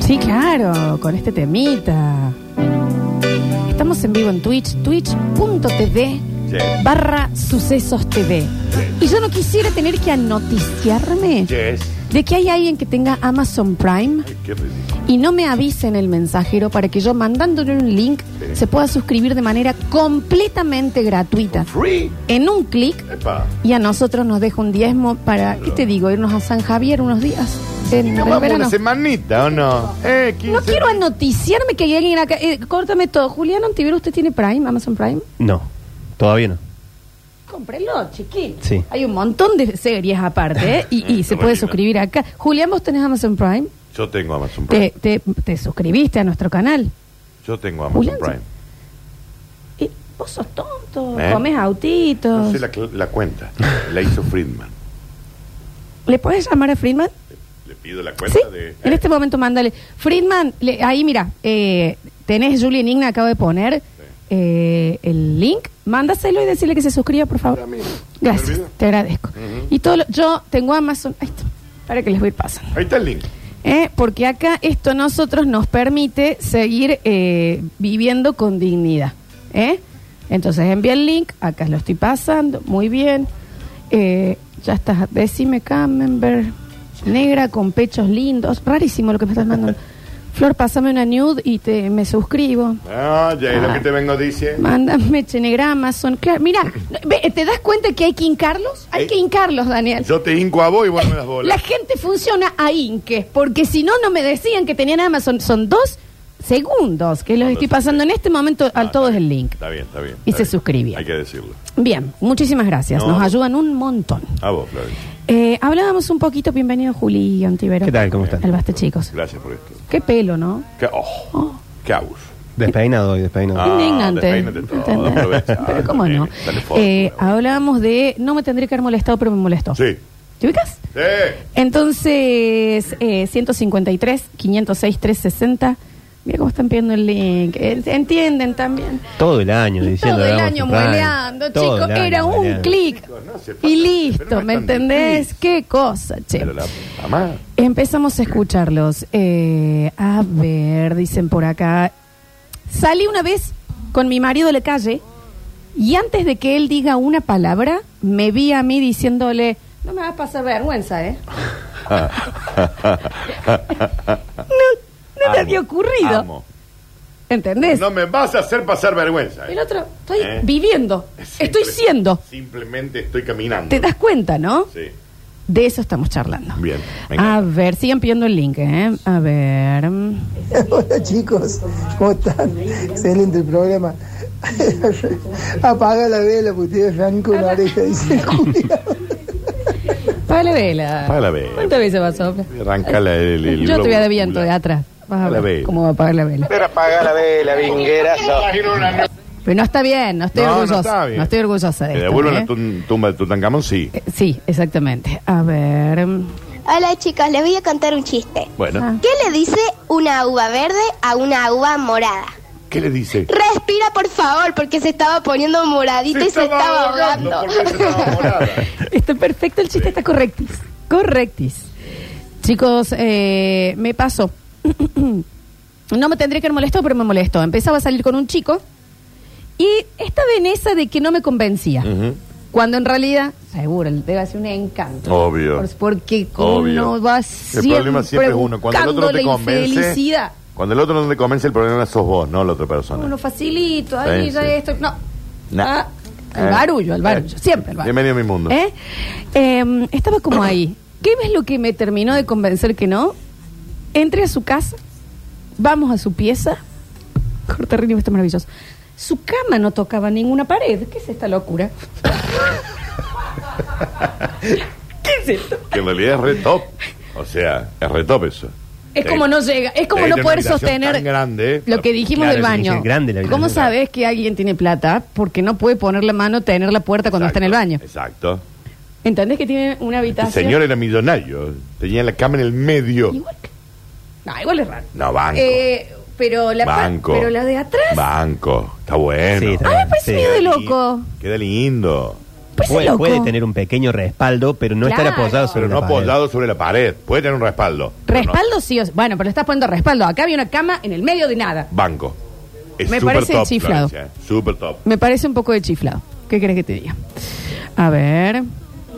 Sí, claro, con este temita. Estamos en vivo en Twitch, twitch.tv Sí. barra sucesos TV. Y yo no quisiera tener que anoticiarme Yes. de que hay alguien que tenga Amazon Prime Ay, qué ridículo. y no me avise en el mensajero para que yo mandándole un link Sí. se pueda suscribir de manera completamente gratuita. Free. En un clic Epa. y a nosotros nos deja un diezmo para, ¿qué te digo? Irnos a San Javier unos días. En Y el nos vamos verano. una semanita, ¿o no? Eh, 15. No quiero anoticiarme que hay alguien acá. Eh, córtame todo. Julián Ontivero, ¿usted tiene Prime, Amazon Prime? No, todavía no. Cómprelo, chiquín. Sí. Hay un montón de series aparte, ¿eh? Y, y se Está puede buenísimo. suscribir acá. Julián, ¿vos tenés Amazon Prime? Yo tengo Amazon Prime. ¿Te, te, te suscribiste a nuestro canal? Yo tengo Amazon Julián, Prime. Y vos sos tonto, ¿Eh? comes autitos. No sé la, cl- la cuenta. La hizo Friedman. ¿Le podés llamar a Friedman? Le pido la cuenta sí. de. eh. En este momento mándale. Friedman, le- ahí mira, eh, tenés Julian Igna, acabo de poner eh, el link. Mándaselo y decirle que se suscriba, por favor. Ya mismo. ¿Me Gracias, olvido? te agradezco. Ujú. Y todo lo- yo tengo Amazon, ahí está, para que les voy a ir pasando. Ahí está el link. Eh, Porque acá esto a nosotros nos permite seguir eh, viviendo con dignidad. ¿eh? Entonces envía el link, acá lo estoy pasando, muy bien. Eh, ya está, decime Camembert, negra con pechos lindos, rarísimo lo que me estás mandando. Flor, pásame una nude y te, me suscribo. Ah, ya es lo Ah. que te vengo diciendo. Mándame Chenegramas, son claro. Mira, ve, ¿te das cuenta que hay que hincarlos? Hay Eh, que hincarlos, Daniel. Yo te hinco a vos y vos no me las La bolas. gente funciona a hinques, porque si no, no me decían que tenían Amazon. Son dos segundos que los estoy pasando en este momento al todo es el link. Ah, Está bien, está bien. Y está se bien. suscribía. Hay que decirlo. Bien, muchísimas gracias. No. Nos ayudan un montón. A vos, Flavio. Eh, hablábamos un poquito, bienvenido Juli Antivero. ¿Qué tal? ¿Cómo están? Al Basta, chicos. Gracias por esto. Qué pelo, ¿no? Qué, oh, Oh. qué abuso. Despeinado hoy, despeinado. Ah. Indignante. despeínate todo, ¿Entendés? aprovecha. Pero cómo no. Dale foto, Eh, bueno. hablábamos de no me tendría que haber molestado, pero me molestó. Sí. ¿Te ubicas? ¡Eh! Entonces, eh, 153, 506, 360. Mira cómo están pidiendo el link. Eh, Entienden también. Todo el año diciendo. Todo el hagamos año un plan. mueleando, Todo chicos. el año Era un mueleando. clic. Chicos, no hace falta, Y pero no listo, es ¿me tan entendés? difícil. Qué cosa, che. Pero la mamá. Empezamos a escucharlos. Eh, a ver, dicen por acá. Salí una vez con mi marido a la calle y antes de que él diga una palabra, me vi a mí diciéndole, no me vas a pasar vergüenza, ¿eh? No, no te Amo, había ocurrido. amo. ¿Entendés? No me vas a hacer pasar vergüenza. El otro, estoy Eh. viviendo, estoy Simple- siendo. Simplemente estoy caminando. ¿Te das cuenta, no? Mm. Sí. De eso estamos charlando. Bien, me encanta. A ver, sigan pidiendo el link, ¿eh? A ver. Hola chicos, ¿cómo están? Excelente el programa. Apaga la vela porque tiene Franco en la oreja, dice Julián. Paga la vela. Paga la vela. ¿Cuántas veces va a soplar? Arrancala el, el Yo te voy a globo dar viento de ocular. atrás. Vas a Paga la ver vela. cómo va a pagar la vela. Pero apaga la vela, vinguerazo. Pero no está bien, no estoy No, no orgullosa. está bien. No estoy orgullosa de ¿Te esto. devuelven ¿eh? la tum- tumba de Tutankamón? Sí. Eh, Sí, exactamente. A ver. Hola chicos, les voy a contar un chiste. Bueno, Ah. ¿Qué le dice una uva verde a una uva morada? ¿qué le dice? Respira por favor, porque se estaba poniendo moradita y se estaba ahogando. porque se estaba ahogando. Está perfecto, el chiste está correctis. Correctis. Chicos, eh, me pasó. no me tendría que haber molestado, pero me molestó. Empezaba a salir con un chico y estaba en esa de que no me convencía. Ujú. Cuando en realidad, seguro, debe ser un encanto. Obvio. Por- Porque Obvio. uno va El siempre problema siempre es uno. Cuando el otro no te buscando la infelicidad. convence. Cuando el otro no te convence, el problema sos vos, no la otra persona. Uno facilito, ahí Sí, ya sí. esto. No. Nah. Ah, el Eh. barullo, el barullo. Eh. Siempre el barullo. Bienvenido a mi mundo. ¿Eh? Eh, estaba como ahí. ¿Qué es lo que me terminó de convencer que no? Entré a su casa, vamos a su pieza. Corta ritmo, está maravilloso. Su cama no tocaba ninguna pared. ¿Qué es esta locura? ¿Qué es esto? Que en realidad es re top. O sea, es re top eso. Eh, Es Sí. como no llega, es como Sí, no tiene una poder habitación sostener tan grande, eh. lo que dijimos Claro, del es- es baño. grande la ¿Cómo habitación. sabes que alguien tiene plata? Porque no puede poner la mano, tener la puerta cuando está en el baño. Exacto. ¿Entendés que tiene una El habitación? señor era millonario. Tenía la cama en el medio. Igual que- No, igual es raro. No, banco. Eh, pero, la pa- Banco. pero la de atrás. Banco. Está bueno. Sí, está Ah, me parece Sí. medio de loco. Queda lindo. Pues es puede, loco. puede tener un pequeño respaldo, pero no estar Claro. apoyado sobre Pero no la pared. apoyado sobre la pared. Puede tener un respaldo. pero no. Respaldo sí o sí. Bueno, pero le estás poniendo respaldo. Acá había una cama en el medio de nada. Banco. Es Me super parece top, chiflado. Florencia, eh. Super top. Me parece un poco de chiflado. ¿Qué crees que te diga? A ver.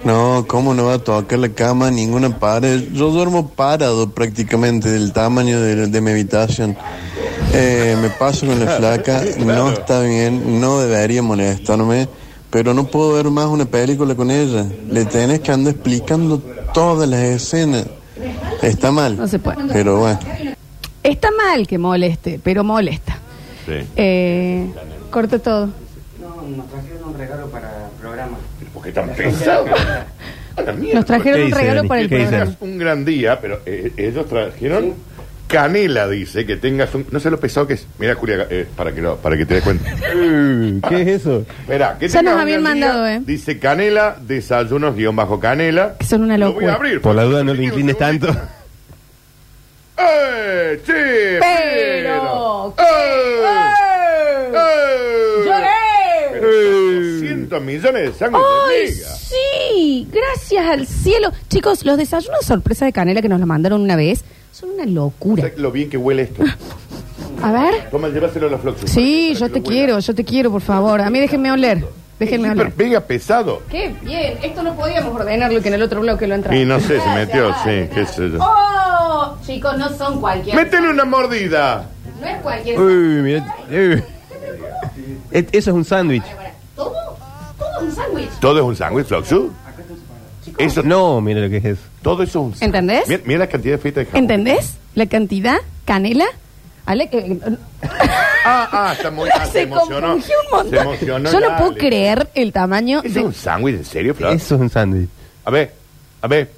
No, ¿cómo no va a tocar la cama ninguna pared? Yo duermo parado prácticamente del tamaño de, de mi habitación. Eh, me paso con la flaca, no está bien, no debería molestarme, pero no puedo ver más una película con ella. Le tenés que andar explicando todas las escenas. Está mal. No se puede. Pero bueno. Está mal que moleste, pero molesta. Sí. Eh, corta todo. Pero ¿Por qué tan pesado? A Ah, la mierda. Nos trajeron ¿Qué un dice, regalo Dani? para el ¿Qué dice? programa. Un gran día, pero eh, ellos trajeron canela, dice, que tengas un... No sé lo pesado que es. Mira, Julia, eh, para, que lo- para que te des cuenta. Eh, ¿Qué es eso? Mira, que Ya tengas nos un habían gran día, mandado, eh. Dice canela, desayunos, guión bajo canela. Que son una Lo voy locura. a abrir. Por la duda no Sí, le un inclines segundito. tanto. ¡Eh! ¡Sí! Pero, ¿qué? ¡Eh! ¡Eh! ¡Lloré! Pero 200 millones de sangre ¡Ay, de hormiga. sí! Gracias al cielo. Chicos, los desayunos sorpresa de canela que nos lo mandaron una vez son una locura. ¿Sabes lo bien que huele esto? A ver. Toma, llévaselo a la Floxu. Sí, Para yo que te lo huela. quiero, yo te quiero, por favor. A mí déjenme oler. Déjenme Es oler. hiper pega pesado. Qué bien. Esto no podíamos ordenarlo que en el otro bloque lo entramos. Y no sé, se metió, sí, qué sé yo. ¡Oh! Chicos, no son cualquier. ¡Métele una mordida! No es cualquier. Uy, mirá, eh. Es- Eso es un sándwich. ¿Todo? Todo un sándwich. ¿Todo es un sándwich, Floxu? Eso, No, mira lo que es eso. todo eso es un sándwich. ¿Entendés? Mira, mira la cantidad de fita de jamón. ¿Entendés? La cantidad, canela. Ale, eh, Ah, ah, está muy... ah, se se emocionó. confundió un montón. Se emocionó. Yo no ya, puedo le- creer el tamaño. ¿Eso de- es un sándwich, en serio, Flox? Eso es un sándwich. A ver, a ver.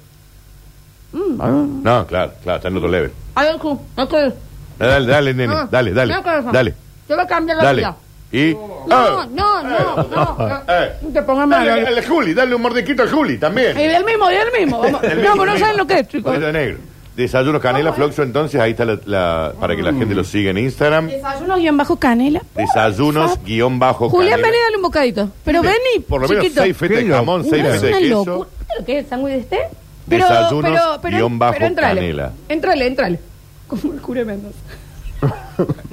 Mm. Ah, No, claro, claro, está en otro level. A ver, Ju, ok. Dale, dale, nene, No, dale, dale, Ah, no, corazón. dale, Te va a cambiar la dale. vida. Y... No, ¡Ah! no, no, no, no. Eh. No te pongas mal. Dale al- al Juli, dale un mordequito al Juli también. Y del mismo, y del mismo. Vamos. El No, mismo, pero no el saben mismo. lo que es, chicos. Pollo negro. Desayuno Canela Floxo, entonces ahí está la, la- para que la gente lo siga en Instagram. Desayunos guión bajo canela. Desayunos guión bajo Julián, Canela. vení, dale un bocadito. Pero Viste, vení, Por lo menos chiquito. seis fetes de Pero, jamón, seis No, fetes es de una queso. locura. ¿Lo que es sándwich de este? Pero, Desayunos pero, pero, guión bajo pero entrale, canela. Entrale, entrale. Como el cura Mendoza.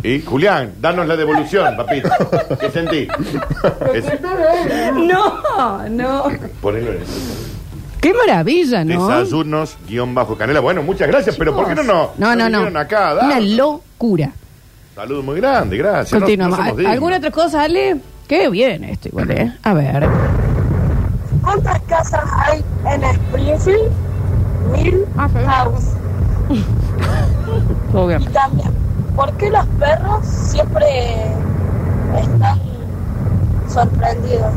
Y Julián, danos la devolución, papito. ¿Qué sentí? No, no. Ponelo en Qué maravilla, ¿no? Desayunos guión bajo Canela. Bueno, muchas gracias, pero ¿por qué no nos No, no, nos no. vinieron acá? a dar? Una locura. Saludos muy grande, gracias. No- no Continuamos. somos dignos. ¿Alguna otra cosa, Ale? Qué bien esto igual, ¿eh? A ver. ¿Cuántas casas hay en Springfield? Mil Ah, sí. house. Todo bien. También, ¿por qué los perros siempre están sorprendidos?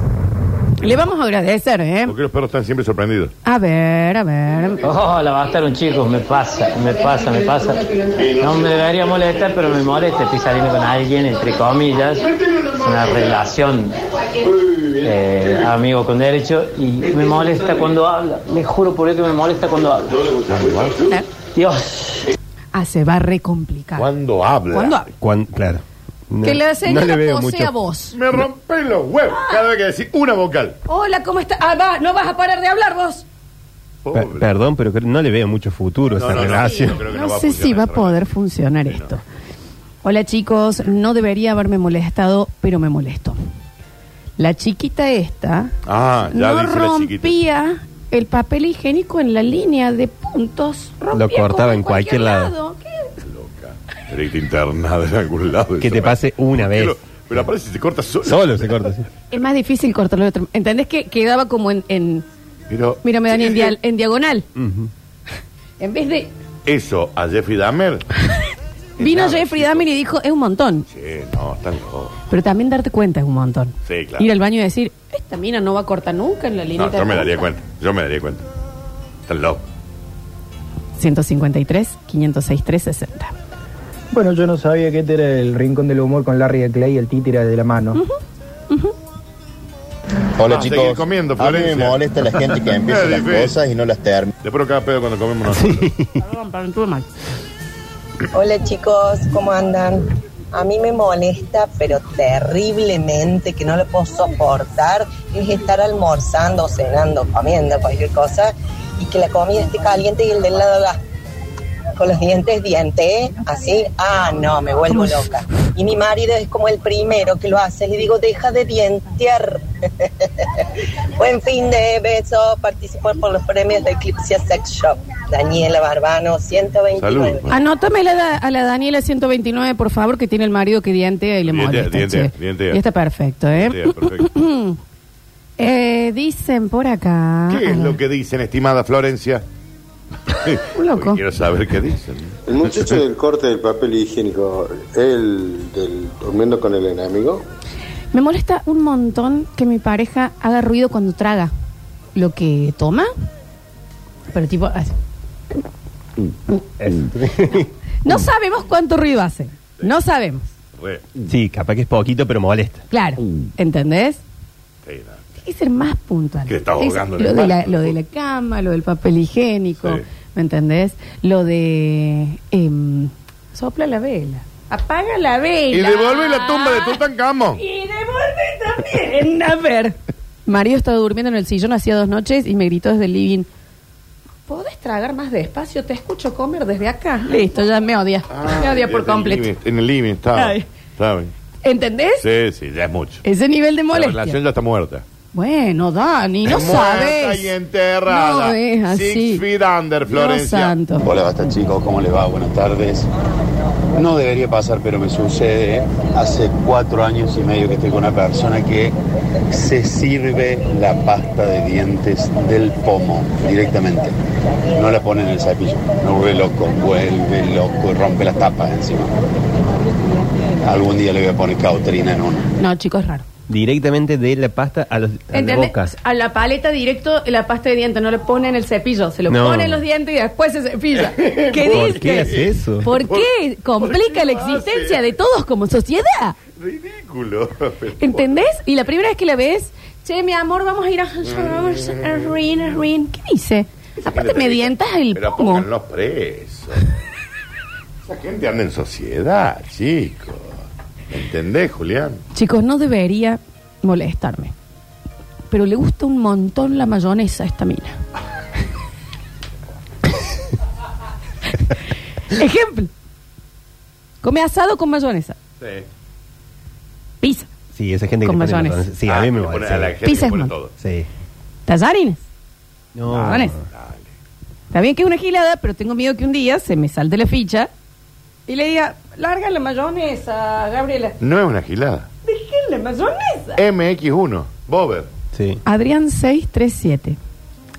Le vamos a agradecer, ¿eh? Porque los perros están siempre sorprendidos. A ver, a ver. Hola, bastaron chicos, me pasa, me pasa, me pasa. No me debería molestar, pero me molesta. Estoy saliendo con alguien, entre comillas, una relación eh, amigo con derecho, y me molesta cuando habla. Le juro por Dios que me molesta cuando habla. Dios. Ah, se va a recomplicar. ¿Cuándo habla? ¿Cuándo habla? Cuan- claro. No, que la señora no le veo posea mucho. voz. Me rompen los huevos cada vez que decís una vocal. Hola, ¿cómo estás? Ah, va, no vas a parar de hablar vos. Per- Pobre. perdón, pero creo- no le veo mucho futuro a No, esa no, no, relación. yo creo que No, va sé si funcionar va a esa poder funcionar Sí, no. esto. Hola chicos, no debería haberme molestado, pero me molestó. La chiquita esta Ah, ya no dice la chiquita. rompía el papel higiénico en la línea de puntos. Rompía Lo cortaba como en cualquier lado. ¿Qué? Directa internada en algún lado. Que te Eso pase parece. una vez. Pero, pero aparece y se corta solo. Solo se corta. sí. Es más difícil cortarlo de otra ¿Entendés que quedaba como en... en Pero, mira, me dan en, Sí, dia- en diagonal. Ujú. En vez de... Eso a Jeffrey Dahmer. Vino nada, Jeffrey chico. Dahmer y dijo, es un montón. Sí, no, están lejos. Pero también darte cuenta es un montón. Sí, claro. Ir al baño y decir, esta mina no va a cortar nunca en la línea. No, yo me daría cuenta. Yo me daría cuenta. Están locos. 153, 506, 360. Bueno, yo no sabía que este era el rincón del humor con Larry de Clay y el títere de la mano. Hola Ah, seguir chicos, comiendo, a mí me Florencia. molesta la gente que empieza Es las difícil. cosas y no las termina. Después cada pedo cuando comemos nosotros. Hola chicos, ¿cómo andan? a mí me molesta, pero terriblemente, que no lo puedo soportar, es estar almorzando, cenando, comiendo, cualquier cosa, y que la comida esté caliente y el del lado haga con los dientes diente, así, ah, no, me vuelvo loca. Y mi marido es como el primero que lo hace, le digo, deja de dientear. Buen fin de besos, participar por los premios de Eclipse Sex Shop. Daniela Barbano, 129. Anótame la da- a la Daniela 129, por favor, que tiene el marido que dientea y le Dientea, molesta. dientea, che. dientea. Y está perfecto, ¿eh? Dientea, Eh, dicen por acá. ¿Qué a ver. es lo que dicen, estimada Florencia? Un loco. Quiero saber qué dicen. El muchacho del corte del papel higiénico, el del durmiendo con el enemigo. Me molesta un montón que mi pareja haga ruido cuando traga lo que toma. Pero tipo. así. Mm. No sabemos cuánto ruido hace. No sabemos. Sí, capaz que es poquito, pero molesta. Claro. Mm. ¿Entendés? Hay que ser más puntual. Que está Hay ahogando ser- en el lo, de la, mar. lo de la cama, lo del papel higiénico. ¿Me entendés? Lo de. em, sopla la vela. Apaga la vela. Y devuelve la tumba de Tutankamón. Y devuelve también. A ver. Mario estaba durmiendo en el sillón hacía dos noches y me gritó desde el living. ¿Podés tragar más despacio? Te escucho comer desde acá. Listo, ya me odia. me odia por Ah, Desde el completo. living, En el living estaba. Ay. ¿Saben? ¿Entendés? Sí, sí, ya es mucho. Ese nivel de La molestia. relación ya está muerta. Bueno, Dani, no Muerta sabes. y enterrada. No es así. Six feet under, No Florencia. santo. Hola, basta chicos, ¿cómo les va? Buenas tardes. No debería pasar, pero me sucede. Hace cuatro años y medio que estoy con una persona que se sirve la pasta de dientes del pomo directamente. No la pone en el cepillo. Me vuelve loco, vuelve loco y rompe las tapas encima. Algún día le voy a poner cauterina en una. No, chicos, es raro. Directamente de la pasta a, los, a las ¿Entendés? bocas. A la paleta directo la pasta de dientes, no le ponen el cepillo, se lo No. ponen los dientes y después se cepilla. ¿Qué ¿Por dices? qué hace eso? ¿Por qué complica la existencia de todos como sociedad? Ridículo. ¿Entendés? Y la primera vez que la ves, che, mi amor, vamos a ir a a Rin, a Rin. ¿Qué dice? Aparte me dientas el Pero pomo. pónganlos presos. Esa gente anda en sociedad, chicos. ¿Me entendés, Julián? Chicos, no debería molestarme. Pero le gusta un montón la mayonesa a esta mina. Ejemplo. Come asado con mayonesa. Sí. Pizza. Sí, esa gente Con que le pone mayones. mayonesa. Sí, a mí me molesta. Ah, a la sí. gente Pizza que es pone mal. todo. Sí. Tallarines. No. Mayones. Está bien que es una gilada, pero tengo miedo que un día se me salte la ficha y le diga, larga la mayonesa, Gabriela. No es una gilada. Dejen la mayonesa. MX1, Bober. Sí. Adrián 637.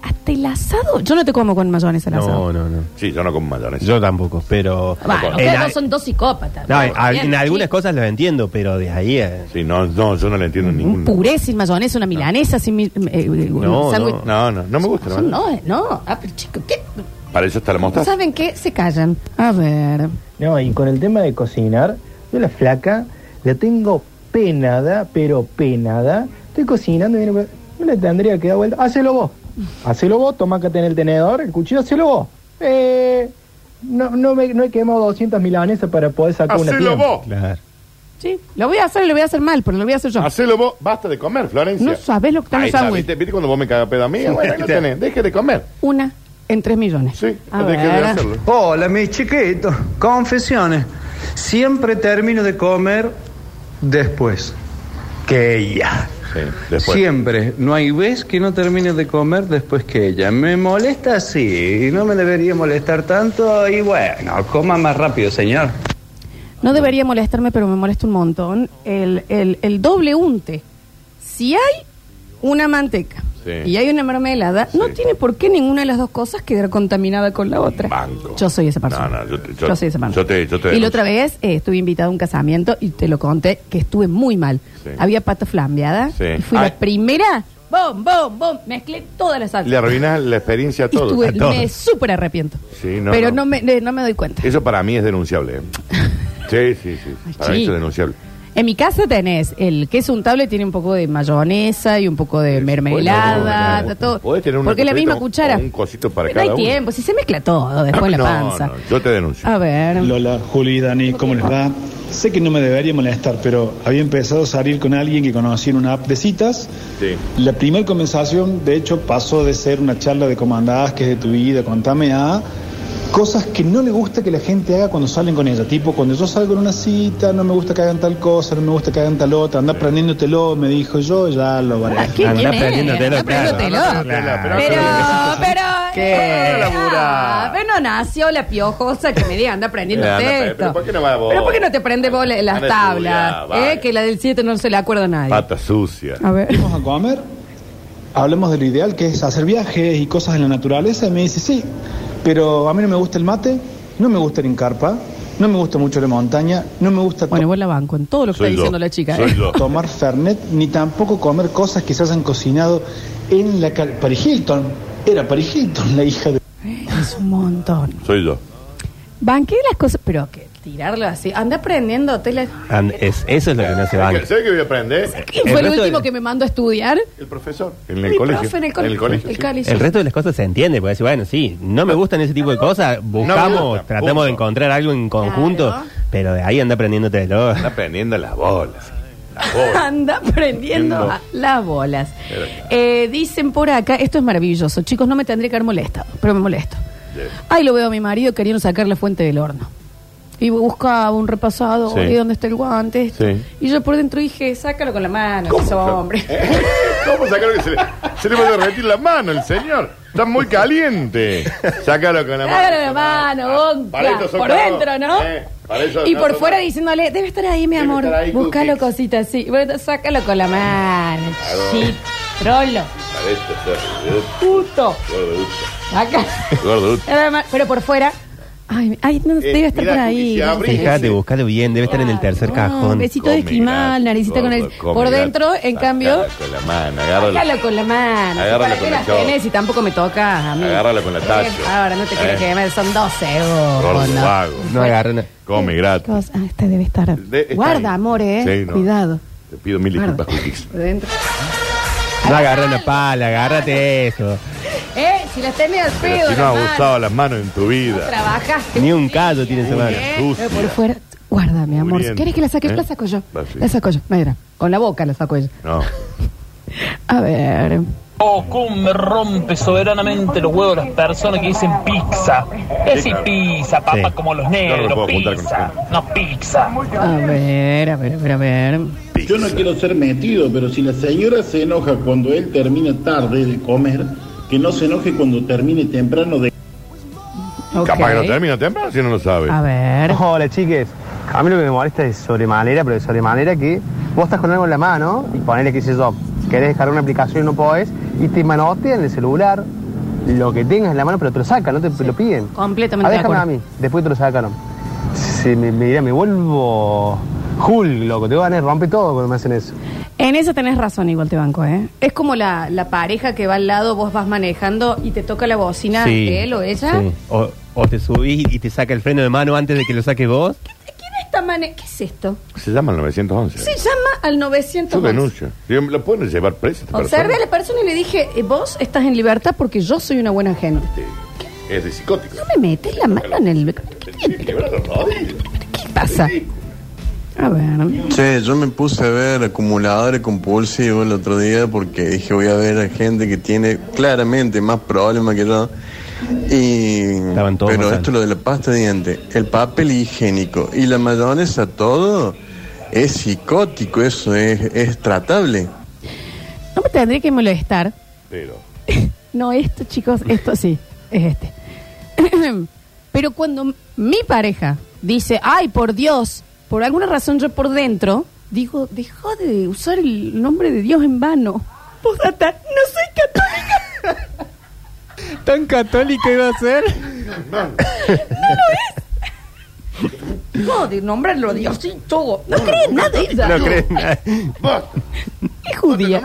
Hasta el asado. Yo no te como con mayonesa el asado. No, no, no. Sí, yo no como mayonesa. Yo tampoco, pero. Bueno, en ustedes a- dos son dos psicópatas. no, en, Bueno, a- bien, en algunas sí. cosas lo entiendo, pero de ahí. eh, Sí, no, no, yo no le entiendo ningún. Puré sin mayonesa, una milanesa sin... mi- eh, eh, un No, sándwich. no, no, no, no me gusta. Son- la verdad. No, no. Ah, pero chicos, ¿qué? Para eso está la mostaza. ¿Saben qué? Se callan. A ver. No, y con el tema de cocinar, yo la flaca la tengo penada, pero penada. Estoy cocinando y viene, yo le tendría que dar vuelta. Hacelo vos. Hacelo vos, toma acá en el tenedor, el cuchillo, hacelo vos. Eh, no, no, me, no he quemado 200 milanesas para poder sacar una Hacelo pierna. vos. Claro. Sí, lo voy a hacer y lo voy a hacer mal, pero lo voy a hacer yo. Hacelo vos. Basta de comer, Florencia. No sabés lo que está en el Ahí está, sándwich. ¿viste? ¿Viste cuando vos me cagas pedo a mí? Bueno, ahí lo tenés. Deje de comer. Una en tres millones. Sí, a dejé de ver. hacerlo. Hola, mis chiquitos. Confesiones. Siempre termino de comer después que ella. después. Siempre. No hay vez que no termine de comer después que ella. Me molesta, sí. No me debería molestar tanto. Y bueno, coma más rápido, señor. No debería molestarme, pero me molesta un montón. El, el, el doble unte. Si hay una manteca Sí. y hay una mermelada, no tiene por qué ninguna de las dos cosas quedar contaminada con la otra. Yo soy esa persona. No, no, yo, te- Yo soy esa persona. Yo te, yo te Y la denuncio. otra vez eh, estuve invitada a un casamiento y te lo conté que estuve muy mal. Sí. Había pata flambeada Sí. y fui Ay. la primera. ¡Bom, bom, bom! Mezclé todas las salsas. Le arruinás la experiencia a Y todos. estuve- me súper arrepiento. Sí, no, pero no. no. me, eh, no me doy cuenta. Eso para mí es denunciable. ¿eh? Sí, sí, sí. Para mí sí. eso es denunciable. En mi casa tenés el queso untable, tiene un poco de mayonesa y un poco de mermelada, está todo. Podés tener una Porque es la cosita misma o- cuchara. o Un cosito para Pero cada hay uno. tiempo, si se mezcla todo después en la No, panza. Ah. no, yo te denuncio. A ver. Lola, Juli, Dani, ¿cómo les va? Sé que no me debería molestar, pero había empezado a salir con alguien que conocí en una app de citas. Sí. La primera conversación, de hecho, pasó de ser una charla de comandadas, que es de tu vida, contame a cosas que no le gusta que la gente haga cuando salen con ella. Tipo, cuando yo salgo en una cita, no me gusta que hagan tal cosa, no me gusta que hagan tal otra, anda aprendiéndotelo, me dijo yo, ya lo Ah, barajé. ¿qué Anda tiene? aprendiéndotelo, Anda claro. aprendiéndotelo. Claro. Pero, pero. ¿Qué? eh, Laburá. ah, pero no nació la piojosa que me diga, anda aprendiendo Anda, pero- texto. pero ¿por qué no va vos? Pero ¿por qué no te aprende vos la- las Anda a tablas? estudiar, eh? vaya. que la del 7 no se le acuerda a nadie. Pata sucia. A ver. Vamos a comer, hablemos de lo ideal que es hacer viajes y cosas en la naturaleza. Y me dice, sí, pero a mí no me gusta el mate, no me gusta ir en carpa, no me gusta mucho la montaña, no me gusta... Bueno, vos la banco en todo lo que Soy está yo, diciendo la chica, soy ¿eh. yo. Tomar fernet, ni tampoco comer cosas que se hayan cocinado en la... cal- Paris Hilton, era Paris Hilton la hija de... Es un montón. Soy yo. Banqué las cosas, pero que tirarlo así. Anda aprendiendo. te la- And- es- eso es lo que no se va. ¿Sabes qué voy a aprender? ¿Quién fue el, último que me mandó a estudiar? El profesor. En Mi profe en el colegio. El colegio. El resto de las cosas se entiende, puede decir, bueno, sí, no me gustan ese tipo de cosas, buscamos, No me gustan, tratamos de encontrar algo en conjunto, pero de ahí anda aprendiéndote lo. Anda aprendiendo las bolas. Anda aprendiendo Entiendo. a las bolas. Eh, dicen por acá, esto es maravilloso. Chicos, no me tendría que haber molestado, pero me molesto. Ahí lo veo a mi marido queriendo sacar la fuente del horno. Y buscaba un repasado, Sí. ¿y dónde está el guante? Esto. Sí. Y yo por dentro dije, sácalo con la mano, que sos hombre. Eh. ¿Cómo sacaron que se le, se le va a derretir la mano el señor? Está muy caliente. Sácalo con la mano. Ah, Sácalo con la mano, bonca. Para eso son Por cabos, dentro, ¿no? eh, para eso Y por nosotros- fuera diciéndole, debe estar ahí, mi amor. Búscalo cositas así. Bueno, sácalo con la mano. Claro. Chip, trolo, Para esto, ser- puto. Gorducho. Acá. Gorducho. Nada más, Pero por fuera. Ay, ay Eh, no, debe estar mira, por ahí. Judy, se no abre sé. Fíjate, buscalo bien, debe estar en el tercer Un cajón. besito de esquimal, naricita con el. come por gato. dentro, en cambio, Con la mano, agárralo. sácalo con la mano. Agárralo ¿Para con qué el las chavo. tenés si tampoco me tocas a mí? Agárralo con la Eh, tacha. Ahora no te quiero Eh. quemar, son 12 euros. Gordo vago. No agarren. Come gratis. Cos- Ah, este debe estar. De- está Guarda, ahí. amor, eh. Sí, no. Cuidado. Te pido mil disculpas, Juquis. Por dentro. No agarren una pala, agárrate eso. Eh, si las tenés al Pero pedo, si no la has mano, abusado las manos en tu vida. trabajaste. Ni un callo tiene esa mano. Eh, pero por fuera. Guarda, mi amor. Muriendo. ¿Querés que la saque? ¿Eh? La saco yo. Va, sí. La saco yo. Mira, con la boca la saco yo. No. A ver. Oh, cómo me rompe soberanamente los huevos las personas que dicen pizza. Es decir, pizza, papá, Sí. como los No lo negros, puedo juntar con pizza. No, pizza. A ver, a ver, a ver, a ver. Yo no quiero ser metido, pero si la señora se enoja cuando él termina tarde de comer, que no se enoje cuando termine temprano de... Ok. Capaz que no termina temprano si no lo sabe. A ver. Hola, chiques. A mí lo que me molesta es sobremanera, pero de sobremanera que vos estás con algo en la mano y ponele, qué sé yo, querés dejar una aplicación y no podés, y te manotean el celular, lo que tengas en la mano, pero te lo sacan, no te lo piden. Completamente Ah, de déjame acuerdo. a mí, después te lo sacaron. Sí, me, me, mira, me vuelvo Hulk, loco, te van a romper todo cuando me hacen eso. En eso tenés razón, igual te banco, ¿eh? Es como la, la pareja que va al lado, vos vas manejando y te toca la bocina Sí, de él o ella. sí. O, o te subís y te saca el freno de mano antes de que lo saques vos. ¿Quién está mane- ¿Qué es esto? Se llama el 911. Se llama al Yo 900. denuncio. Yo- ¿Lo pueden llevar preso? esta Observé persona? a la persona y le dije, eh, vos estás en libertad porque yo soy una buena gente. Es de psicótico. No me metes la mano en el... ¿Qué Quebrar los rodillos. pasa? A ver. Che, yo me puse a ver acumuladores compulsivos el otro día porque dije voy a ver a gente que tiene claramente más problemas que yo. Y, todos pero mal. esto lo de la pasta de dientes, el papel higiénico y la mayonesa, todo es psicótico, eso es, es tratable. No me tendría que molestar. Pero. No, esto, chicos, esto sí, es este. Pero cuando mi pareja dice, ay, por Dios, por alguna razón yo por dentro, digo, dejó de usar el nombre de Dios en vano. Postdata, no soy católica. Tan católica iba a ser. No, de nombrarlo Diosito. No cree en nada ella. No creen nada. Es judía.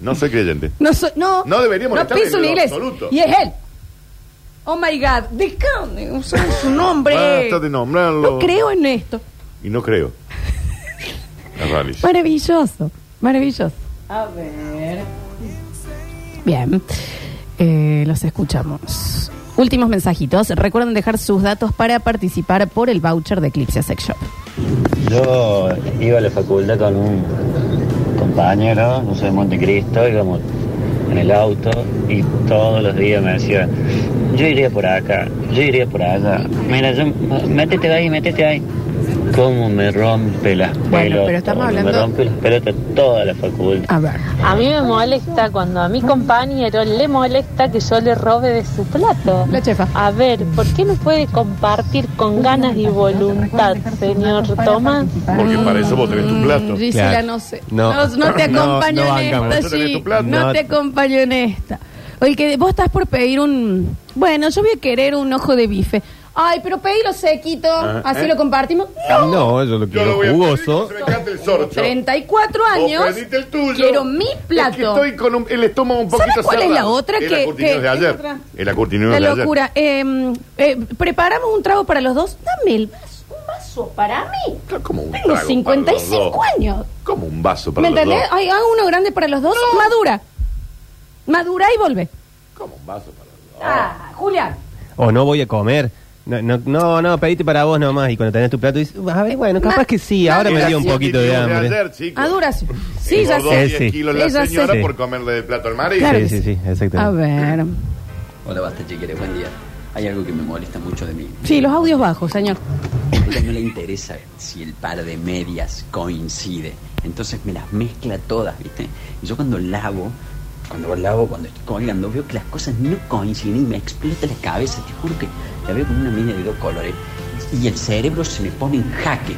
No soy creyente. No, soy- no, No debería no molestar piso en una lo iglesia. absoluto. Y es él. Oh my God, deja de usar su nombre. Basta de nombrarlo. No creo en esto. Y no creo. Es rarísimo. Maravilloso, maravilloso. A ver. Bien, Eh, los escuchamos. Últimos mensajitos. Recuerden dejar sus datos para participar por el voucher de Eclipse Sex Shop. Yo iba a la facultad con un compañero, no sé, de Montecristo, íbamos en el auto y todos los días me decía, yo iría por acá, yo iría por allá, mira, yo, métete ahí, métete ahí. ¿Cómo me rompe las pelotas? Bueno, pero estamos Me hablando- rompe las pelotas toda la facultad. A ver. A mí me molesta cuando a mi compañero le molesta que yo le robe de su plato. La chefa. A ver, ¿por qué no puede compartir con ganas y voluntad, señor Tomás? Porque para eso vos tenés tu plato. Gisela, no sé. No, No. no te No, acompaño no en bancamos. esta, Eso tenés sí. tu plato. No No. te acompaño en esta. Oye, que vos estás por pedir un... Bueno, yo voy a querer un ojo de bife. Ay, pero pedilo sequito, Ah, así ¿eh? lo compartimos. Ah, No, yo lo quiero jugoso. Tengo 34 años. Vos pediste el tuyo. Quiero mi plato. Es que estoy con un- el estómago un poquito ¿Sabes cuál es cerrado. la otra Es que- la curtinio que- de es ayer. otra? Es la curtinio de La ayer. locura. Eh, eh, ¿Preparamos un trago para los dos? Dame el vaso. Un vaso para mí. Como Tengo un trago para los 55 dos. años. Como un vaso ¿Me para los entendés? dos. Ay, hago uno grande para los dos. Madura. Madura y vuelve. Como un vaso para Ah, Julián. O no voy a comer. No, no, no, no, pedite para vos nomás. Y cuando tenés tu plato dices, a ver, bueno, capaz que sí, ahora me Era dio un siete poquito de kilos hambre. ayer, chicos. A duración. Sí, ya Engordó sé. 10 kilos Sí, la ya señora sé. por comerle del plato al marido. Claro Sí, sí, sí, A exactamente. ver. Hola, basta, chiqueres, buen día. Hay algo que me molesta mucho de mí. Sí, los audios bajos, señor. Ella no le interesa si el par de medias coincide. Entonces me las mezcla todas, ¿viste? Y yo cuando lavo, cuando lavo, cuando estoy colgando, veo que las cosas no coinciden y me explota la cabeza. Te juro que la veo con una media de dos colores y el cerebro se me pone en jaque.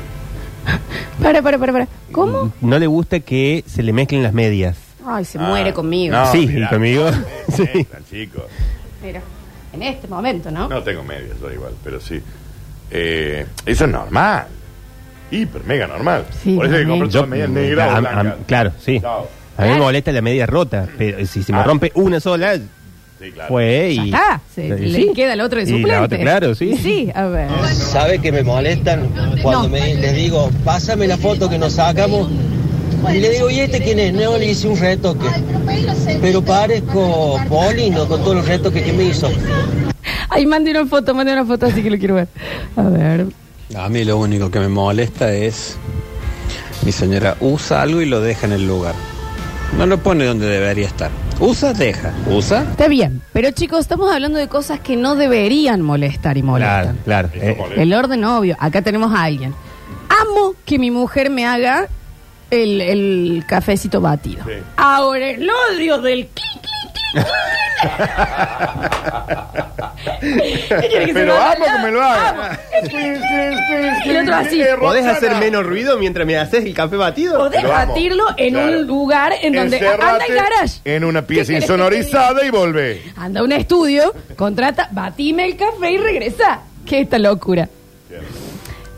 Para, para, para, para. ¿Cómo? No le gusta que se le mezclen las medias. Ay, se Ah, Ah. muere conmigo. sí, conmigo. sí. Chicos. Mira, en este momento, ¿no? No tengo medias, da igual, pero sí. Eh, eso es normal. Hiper, mega normal. Sí, Por eso hay que también. comprar todas Yo- medias negras a- o a- blancas. Claro, sí. Chao. A Ah. mí me molesta la media rota, pero si se me Ah. rompe una sola, claro. fue y... Ah, se- Sí. le queda el otro de Y la suplente. otra, claro, sí. Sí, a ver. ¿Sabe que me molestan cuando me, les digo, pásame la foto que nos sacamos? Y le digo, ¿y este quién es? No, le hice un retoque. Pero parezco Polino con todos los retoques que me hizo. Ay, mande una foto, mande una foto, así que lo quiero ver. A ver. A mí lo único que me molesta es mi señora usa algo y lo deja en el lugar. No lo pone donde debería estar. Usa, deja. Usa. Está bien, pero chicos, estamos hablando de cosas que no deberían molestar y molestar. Claro, eh, El orden obvio, acá tenemos a alguien. Amo que mi mujer me haga el, el cafecito batido. Ahora el odio del clic, clic, clic, clic. clic. Pero amo que me lo haga. Y el otro así. eh, ¿Podés hacer menos ruido mientras me haces el café batido? Podés batirlo en un lugar en donde anda el Encerrate garage. En una pieza ¿Qué querés insonorizada y volvé. Anda a un estudio, contrata, batime el café y regresa. Qué esta locura.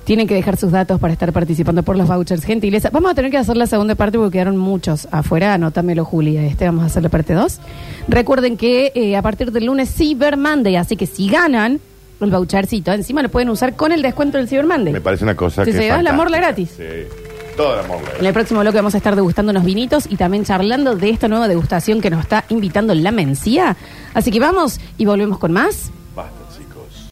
Tienen que dejar sus datos para estar participando por los vouchers. Gentileza. Vamos a tener que hacer la segunda parte porque quedaron muchos afuera. Anótamelo, Julia. Este vamos a hacer la parte 2. Recuerden que eh, a partir del lunes Cyber Monday, así que si ganan el vouchercito, encima lo pueden usar con el descuento del Cyber Monday. Me parece una cosa Si que. se da es la morla fantástica. gratis. Sí. Toda la morla En el próximo bloque vamos a estar degustando unos vinitos y también charlando de esta nueva degustación que nos está invitando la Mencía. Así que vamos y volvemos con más.